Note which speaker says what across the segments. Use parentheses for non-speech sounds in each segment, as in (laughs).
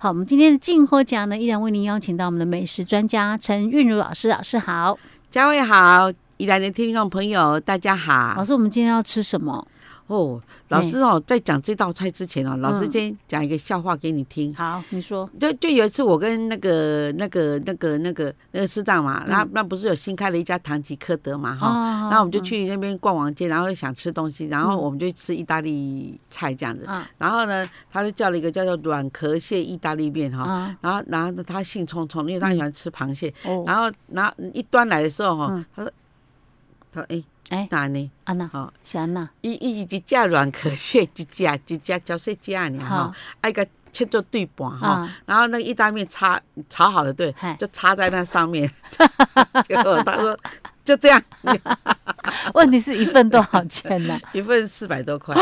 Speaker 1: 好，我们今天的静候奖呢，依然为您邀请到我们的美食专家陈韵如老师，老师好，
Speaker 2: 嘉惠好，宜兰的听众朋友大家好
Speaker 1: 老。师，我们今天要吃什么？
Speaker 2: 哦，老师哦，在讲这道菜之前哦，老师
Speaker 1: 嗯
Speaker 2: 先讲一个笑话给你听。
Speaker 1: 好，你说，
Speaker 2: 就就有一次，我跟那个那个那个那个那个师长嘛，那、那不是有新开了一家唐吉诃德嘛哈，
Speaker 1: 嗯哦嗯
Speaker 2: 然后我们就，去那边逛完街，然后想吃东西，然后我们就吃意大利菜这样子。
Speaker 1: 啊
Speaker 2: 然后呢，他就叫了一个叫做软壳蟹意大利面哈，
Speaker 1: 啊，
Speaker 2: 然后然后呢他兴冲冲，因为他喜欢吃螃蟹，
Speaker 1: 哦，
Speaker 2: 然后然后一端来的时候哈
Speaker 1: 嗯，
Speaker 2: 他说他说哎
Speaker 1: 哎
Speaker 2: 哪呢？
Speaker 1: 安娜，
Speaker 2: 好，
Speaker 1: 小安娜，
Speaker 2: 伊伊是一只软壳蟹，一只一只脚细只尔
Speaker 1: 好
Speaker 2: 哈，啊伊个切做对半哈，
Speaker 1: 啊，
Speaker 2: 然后那个意大利面插炒好了对
Speaker 1: 嗨，
Speaker 2: 就插在那
Speaker 1: (laughs)
Speaker 2: 上面，结果他说就这样
Speaker 1: 问题是一份多少钱
Speaker 2: (laughs)
Speaker 1: 呢？
Speaker 2: 一份四百
Speaker 1: (laughs)
Speaker 2: 多块。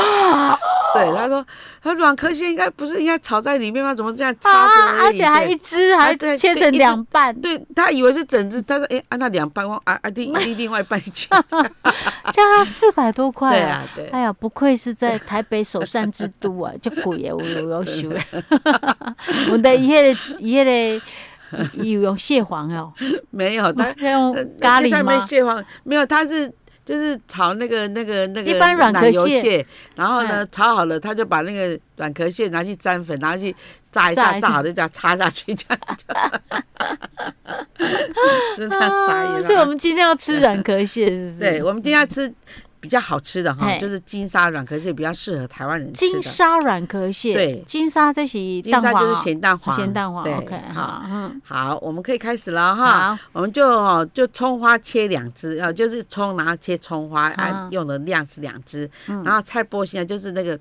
Speaker 2: 对，他说，他软壳蟹应该不是应该炒在里面吗？怎么这样插着
Speaker 1: 啊，
Speaker 2: 而
Speaker 1: 而
Speaker 2: 已
Speaker 1: 且还
Speaker 2: 对
Speaker 1: 一只，还
Speaker 2: 啊对对
Speaker 1: 切成两半，
Speaker 2: 对他以为是整只，他说：“哎、啊，那两半我啊啊，另另另外一半去。
Speaker 1: 这样要四百多”块
Speaker 2: 对。啊，对。
Speaker 1: (laughs) 哎呀，不愧是在台北首善之都
Speaker 2: (laughs)
Speaker 1: 啊，就贵耶，我有要修耶。我的一夜的一夜的有用蟹黄哦，(laughs)
Speaker 2: 没有，他
Speaker 1: 要用哦咖喱
Speaker 2: 上面
Speaker 1: 吗？
Speaker 2: 蟹黄呃没有，他是就是炒那个那个那个
Speaker 1: 一般软壳
Speaker 2: 奶油
Speaker 1: 蟹哎
Speaker 2: 蟹，然后呢炒好了，他就把那个软壳蟹拿去沾粉，拿去炸一
Speaker 1: 炸
Speaker 2: 炸，
Speaker 1: 一
Speaker 2: 炸
Speaker 1: 下
Speaker 2: 好了就这样插下去，这样
Speaker 1: (laughs)
Speaker 2: 就， (laughs) 是这样撒
Speaker 1: 啊
Speaker 2: 盐
Speaker 1: 所以我
Speaker 2: 了。
Speaker 1: 们今天要吃软壳蟹，是不是？
Speaker 2: 对，我们今天要吃比较好吃的哈，
Speaker 1: 嘿
Speaker 2: 就是金沙软壳蟹，比较适合台湾人吃
Speaker 1: 金
Speaker 2: 的。
Speaker 1: 沙软壳蟹，
Speaker 2: 对
Speaker 1: 金沙这是
Speaker 2: 金
Speaker 1: 蛋
Speaker 2: 沙
Speaker 1: 黄
Speaker 2: 就
Speaker 1: 哦，
Speaker 2: 是咸蛋黄，
Speaker 1: 咸蛋黄
Speaker 2: 对
Speaker 1: ，OK，
Speaker 2: 好。
Speaker 1: 好，嗯，
Speaker 2: 好，我们可以开始了哈。
Speaker 1: 好，
Speaker 2: 我们就哦，就葱花切两只，啊，就是葱，然后切葱花，
Speaker 1: 啊
Speaker 2: 啊，用的量是两只，
Speaker 1: 嗯
Speaker 2: 然后菜脯现在就是那个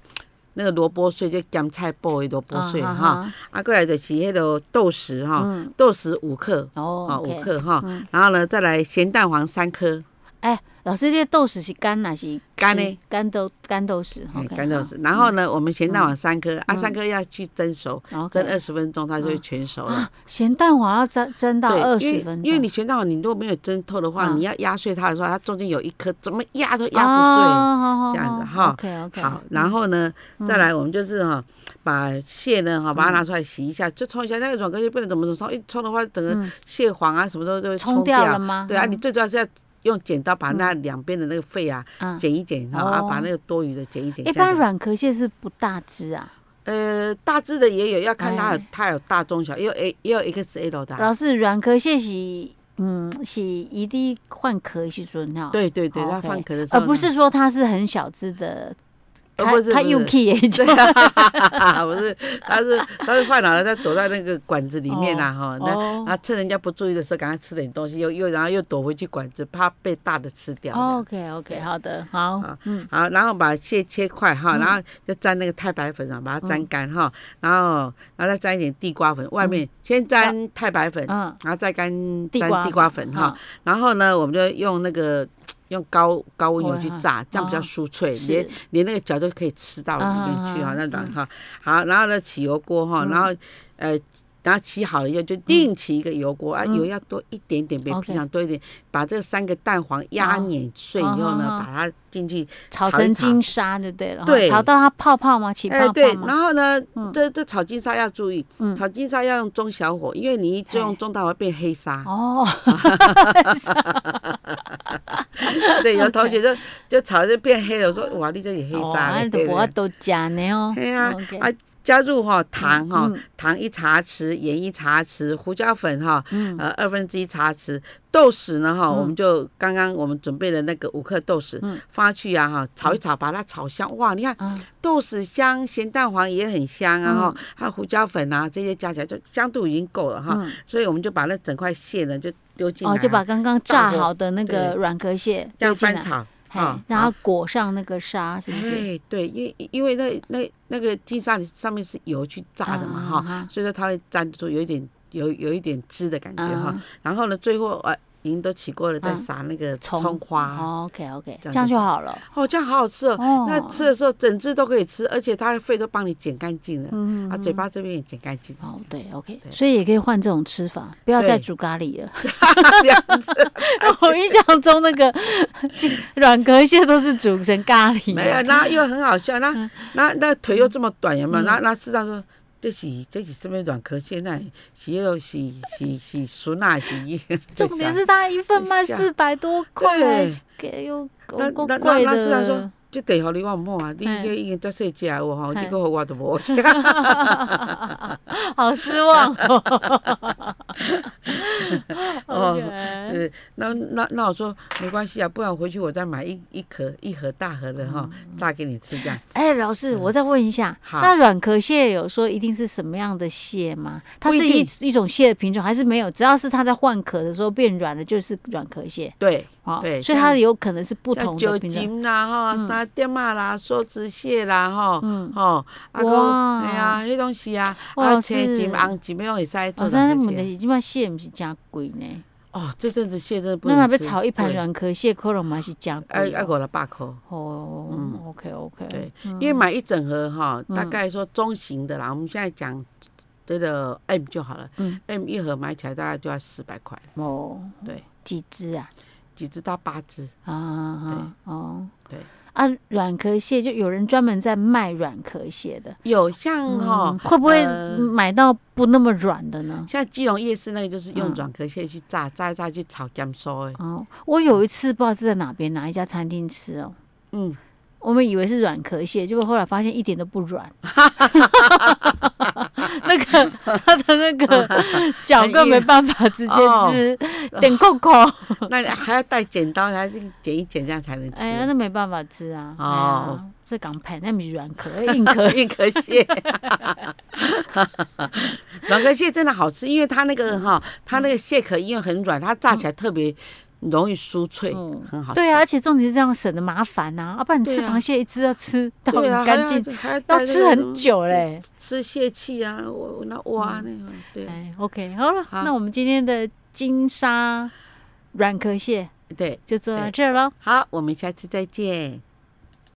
Speaker 2: 那个萝卜碎，就姜菜脯的萝卜碎
Speaker 1: 啊
Speaker 2: 哈，，啊，过来就是迄个豆豉
Speaker 1: 啊
Speaker 2: 哈，
Speaker 1: 嗯，
Speaker 2: 豆豉五克，啊，
Speaker 1: 哦，
Speaker 2: 五
Speaker 1: OK
Speaker 2: 克哈
Speaker 1: 嗯，
Speaker 2: 然后呢，再来咸蛋黄三颗，
Speaker 1: 哎，老师，这个豆豉是干还是
Speaker 2: 干呢
Speaker 1: 是干豆干豆豉
Speaker 2: 哎
Speaker 1: ，OK，
Speaker 2: 干豆
Speaker 1: 好嗯
Speaker 2: 豉，然后呢，我们咸蛋黄三颗，啊，三颗要去蒸熟，
Speaker 1: ，OK，
Speaker 2: 蒸二十分钟，它就会全熟了
Speaker 1: 啊。，咸蛋黄要蒸蒸到
Speaker 2: 对，
Speaker 1: 二
Speaker 2: 因
Speaker 1: 十
Speaker 2: 为
Speaker 1: 分钟，
Speaker 2: 因为你咸蛋黄你如果没有蒸透的话，
Speaker 1: 嗯
Speaker 2: 你要压碎它的时候，它中间有一颗怎么压都压不
Speaker 1: 哦
Speaker 2: 碎。
Speaker 1: 压
Speaker 2: 这样子哈
Speaker 1: ，OK OK，
Speaker 2: 好，然后呢，
Speaker 1: 嗯
Speaker 2: 再来我们就是哈、把蟹呢哈，把它拿出来洗一下，就冲一下。那个软壳蟹不能怎么怎么冲，一冲的话，整个
Speaker 1: 嗯
Speaker 2: 蟹黄啊什么都都会
Speaker 1: 冲
Speaker 2: 冲
Speaker 1: 掉了。吗？
Speaker 2: 对啊，
Speaker 1: 嗯
Speaker 2: 你最主要是要用剪刀把那两边的那个肺啊
Speaker 1: 啊，
Speaker 2: 剪一剪，然后啊
Speaker 1: 哦
Speaker 2: 把那个多余的剪一剪。
Speaker 1: 一
Speaker 2: 这样
Speaker 1: 般
Speaker 2: 子
Speaker 1: 软壳蟹是不大只啊，
Speaker 2: 呃大致的也有，要看它有
Speaker 1: 哎
Speaker 2: 它有大中小，也有 A 也有 XL 的啊。
Speaker 1: 老师，软壳蟹是嗯是一定换壳时阵哈，
Speaker 2: 对对对，
Speaker 1: 哦
Speaker 2: 它
Speaker 1: OK
Speaker 2: 放壳的时候
Speaker 1: 而
Speaker 2: 呢，
Speaker 1: 不是说它是很小只的，
Speaker 2: 呃
Speaker 1: 它
Speaker 2: 不是
Speaker 1: 它
Speaker 2: 不是
Speaker 1: 又 key 也就
Speaker 2: (laughs) (laughs) 对，啊不是，它是它是坏脑了，它躲在那个管子里面啦哈，那
Speaker 1: 哦
Speaker 2: 啊，趁人家不注意的时候，赶快吃点东西，又又然后又躲回去管子，怕被大的吃掉。哦，
Speaker 1: ，OK OK，好的，好
Speaker 2: 好，
Speaker 1: 嗯，
Speaker 2: 好，然后把蟹切块哈，然后就沾那个太白粉啊，把它沾干
Speaker 1: 哦
Speaker 2: 哈，然后然后再沾一点地瓜粉，外面先沾太白粉，
Speaker 1: 嗯，
Speaker 2: 然后再干
Speaker 1: 地
Speaker 2: 沾
Speaker 1: 瓜
Speaker 2: 地瓜粉哈，，然后呢，我们就用那个。用高高温油去炸，这样比较酥脆，连
Speaker 1: 哦是
Speaker 2: 连那个脚都可以吃到里面去
Speaker 1: 啊嗯
Speaker 2: 哈，那软哈。好，然后呢，起油锅哈，然后呃，然后起好了以后就另起一个油锅啊，
Speaker 1: 嗯
Speaker 2: 油要多一点点，比
Speaker 1: OK
Speaker 2: 平常多一点。把这三个蛋黄压
Speaker 1: 哦
Speaker 2: 碾碎以后
Speaker 1: 哦
Speaker 2: 呢，把它进去。
Speaker 1: 炒
Speaker 2: 炒一
Speaker 1: 成
Speaker 2: 炒
Speaker 1: 金沙就对了哈，
Speaker 2: 对
Speaker 1: 炒到它泡泡吗？起泡
Speaker 2: 哎，
Speaker 1: 泡
Speaker 2: 对，然
Speaker 1: 吗？
Speaker 2: 后呢
Speaker 1: 嗯，
Speaker 2: 这这炒金沙要注意
Speaker 1: 嗯，
Speaker 2: 炒金沙要用中小火，因为你一用
Speaker 1: 嘿
Speaker 2: 中大火变黑沙。
Speaker 1: 哦，
Speaker 2: 对，有同学就就炒就变黑了，我说哇，你这是黑
Speaker 1: 哦
Speaker 2: 沙
Speaker 1: 那
Speaker 2: 嘞，
Speaker 1: 就
Speaker 2: 对
Speaker 1: 不要
Speaker 2: 对。
Speaker 1: 多加呢哦。
Speaker 2: 嘿啊
Speaker 1: OK
Speaker 2: 啊，加入哈糖哈
Speaker 1: 嗯，
Speaker 2: 糖一茶匙，盐一茶匙，胡椒粉哈，
Speaker 1: 嗯
Speaker 2: 呃二分之一茶匙，豆豉呢哈，
Speaker 1: 嗯
Speaker 2: 我们就刚刚我们准备的那个五克豆豉
Speaker 1: 嗯
Speaker 2: 放下去啊哈，炒一炒，把它炒香，哇，你看
Speaker 1: 啊，
Speaker 2: 豆豉香，咸蛋黄也很香
Speaker 1: 嗯
Speaker 2: 啊哈，还有胡椒粉啊这些加起来就香度已经够了哈，
Speaker 1: 嗯，
Speaker 2: 所以我们就把那整块蟹呢就丢进来
Speaker 1: 哦，就把
Speaker 2: 啊，
Speaker 1: 刚刚
Speaker 2: 大
Speaker 1: 炸
Speaker 2: 火
Speaker 1: 好的那个
Speaker 2: 对
Speaker 1: 软壳蟹
Speaker 2: 这
Speaker 1: 丢
Speaker 2: 样
Speaker 1: 进
Speaker 2: 翻
Speaker 1: 来
Speaker 2: 炒。
Speaker 1: 嘿
Speaker 2: 啊
Speaker 1: 然
Speaker 2: 好
Speaker 1: 后裹上那个沙，是不是？
Speaker 2: 哎，对，因为因为那那那个金沙里上面是油去炸的嘛
Speaker 1: 啊
Speaker 2: 哈、
Speaker 1: 啊啊
Speaker 2: 所以说它会粘住，有一点有有一点汁的感觉哈、
Speaker 1: 啊
Speaker 2: 然后呢，最后呃，您都起锅了，再
Speaker 1: 嗯
Speaker 2: 撒那个
Speaker 1: 葱
Speaker 2: 葱花、
Speaker 1: OK OK，
Speaker 2: 这
Speaker 1: 哦
Speaker 2: 样
Speaker 1: 这样就
Speaker 2: 就行
Speaker 1: 好了。
Speaker 2: 哦，这样好好吃哦。
Speaker 1: 哦
Speaker 2: 那吃的时候整只都可以吃，而且它的肺都帮你剪干净了，
Speaker 1: 嗯。
Speaker 2: 啊，嘴巴这边也剪干净
Speaker 1: 哦，对，OK，
Speaker 2: 对
Speaker 1: 所以也可以换这种吃法，不要再
Speaker 2: 对
Speaker 1: 煮咖喱了。 (laughs)
Speaker 2: (laughs) 这样子
Speaker 1: 我印象中那个 (laughs) 软壳蟹都是煮成咖喱的，
Speaker 2: 没有，那又很好笑。那那那腿又这么短，有没有？
Speaker 1: 嗯
Speaker 2: 那那市长说。这是这是什么软壳蟹？那是迄落是是是笋啊，是 (laughs) 伊。
Speaker 1: 重点是他一份卖
Speaker 2: 吓
Speaker 1: 四百多块
Speaker 2: 对，
Speaker 1: 给又够
Speaker 2: 那
Speaker 1: 够
Speaker 2: 那那
Speaker 1: 贵
Speaker 2: 那是他说
Speaker 1: 的。，
Speaker 2: 这地互你我毋好啊，你
Speaker 1: 嘿
Speaker 2: 迄已经遮细只有吼，
Speaker 1: 嘿
Speaker 2: 你个互我
Speaker 1: (laughs)
Speaker 2: 都无。
Speaker 1: (laughs) 好失望 (laughs) 哦。
Speaker 2: (laughs) 哦
Speaker 1: OK
Speaker 2: 呃，那那那我说没关系啊，不然回去我再买一一壳一盒大盒的
Speaker 1: 哦
Speaker 2: 哈，炸给你吃这样。
Speaker 1: 哎，老师，我再问一下，
Speaker 2: 嗯好
Speaker 1: 那软壳蟹有说一定是什么样的蟹吗？它
Speaker 2: 不一
Speaker 1: 是一
Speaker 2: 定
Speaker 1: 一种蟹的品种，还是没有？只要是它在换壳的时候变软了，就是软壳蟹
Speaker 2: 对，
Speaker 1: 哦。
Speaker 2: 对
Speaker 1: 所以它有可能是不
Speaker 2: 像
Speaker 1: 同
Speaker 2: 酒
Speaker 1: 的品种。
Speaker 2: 精啦吼，
Speaker 1: 嗯
Speaker 2: 沙爹嘛啦，梭子蟹啦吼，
Speaker 1: 嗯
Speaker 2: 吼，啊个
Speaker 1: 哇
Speaker 2: 哎呀，迄东西啊，
Speaker 1: 哇
Speaker 2: 啊
Speaker 1: 老
Speaker 2: 青
Speaker 1: 师
Speaker 2: 金红金咩拢会使
Speaker 1: 哦，
Speaker 2: 做
Speaker 1: 现在
Speaker 2: 软
Speaker 1: 我
Speaker 2: 壳
Speaker 1: 们
Speaker 2: 蟹。
Speaker 1: 的即摆蟹毋是真贵呢，
Speaker 2: 哦，这阵子蟹真的不
Speaker 1: 那
Speaker 2: 能
Speaker 1: 若
Speaker 2: 吃。
Speaker 1: 要炒一盘
Speaker 2: 对，
Speaker 1: 软壳蟹，可能嘛是真
Speaker 2: 哎
Speaker 1: 贵
Speaker 2: 哎
Speaker 1: 哦。
Speaker 2: 五六百块。
Speaker 1: 哦
Speaker 2: 嗯
Speaker 1: ，OK OK，
Speaker 2: 对，因为买一整盒哈，大
Speaker 1: 嗯
Speaker 2: 概说中型的啦，我们现在讲这个 M 就好了
Speaker 1: 嗯
Speaker 2: ，M 一盒买起来大概就要四百块，
Speaker 1: 哦，
Speaker 2: 对，
Speaker 1: 几只啊？
Speaker 2: 几只到八只。
Speaker 1: 啊啊哦，
Speaker 2: 对
Speaker 1: 啊，软壳蟹就有人专门在卖软壳蟹的，
Speaker 2: 有像哈、
Speaker 1: 嗯会不会
Speaker 2: 呃
Speaker 1: 买到不那么软的呢？
Speaker 2: 像基隆夜市那个，就是用
Speaker 1: 嗯
Speaker 2: 软壳蟹去炸，炸一炸去炒姜酥的。
Speaker 1: 哦，我有一次不知道是在哪边哪一家餐厅吃哦，
Speaker 2: 嗯，
Speaker 1: 我们以为是软壳蟹，结果后来发现一点都不软， (laughs) 那个它的那
Speaker 2: (laughs)
Speaker 1: 个脚更没办法直接
Speaker 2: 哦
Speaker 1: 吃，点扣扣，
Speaker 2: (laughs) 那还要带剪刀，还要去剪一剪，这样才能吃。
Speaker 1: 哎
Speaker 2: (laughs)
Speaker 1: 呀，那没办法吃啊，哎
Speaker 2: 哦
Speaker 1: 呀，这港牌那不是软壳，硬
Speaker 2: (laughs)
Speaker 1: 壳
Speaker 2: 硬壳蟹，软壳蟹真的好吃，因为它那个哈，它那个蟹壳因为很软，它炸起来特别容易酥脆，
Speaker 1: 嗯
Speaker 2: 很好吃。
Speaker 1: 对啊，而且重点是这样省的麻烦呐、啊，不然你吃
Speaker 2: 对啊
Speaker 1: 螃蟹一只要吃到
Speaker 2: 对啊，
Speaker 1: 很干净，
Speaker 2: 还要
Speaker 1: 要吃很，久嗯嘞。
Speaker 2: 吃蟹气啊，我那挖那个，对
Speaker 1: 哎，OK，好了，
Speaker 2: 好
Speaker 1: 那我们今天的金沙软壳蟹
Speaker 2: 对，
Speaker 1: 就做到
Speaker 2: 对
Speaker 1: 这儿喽。
Speaker 2: 好，我们下次再见，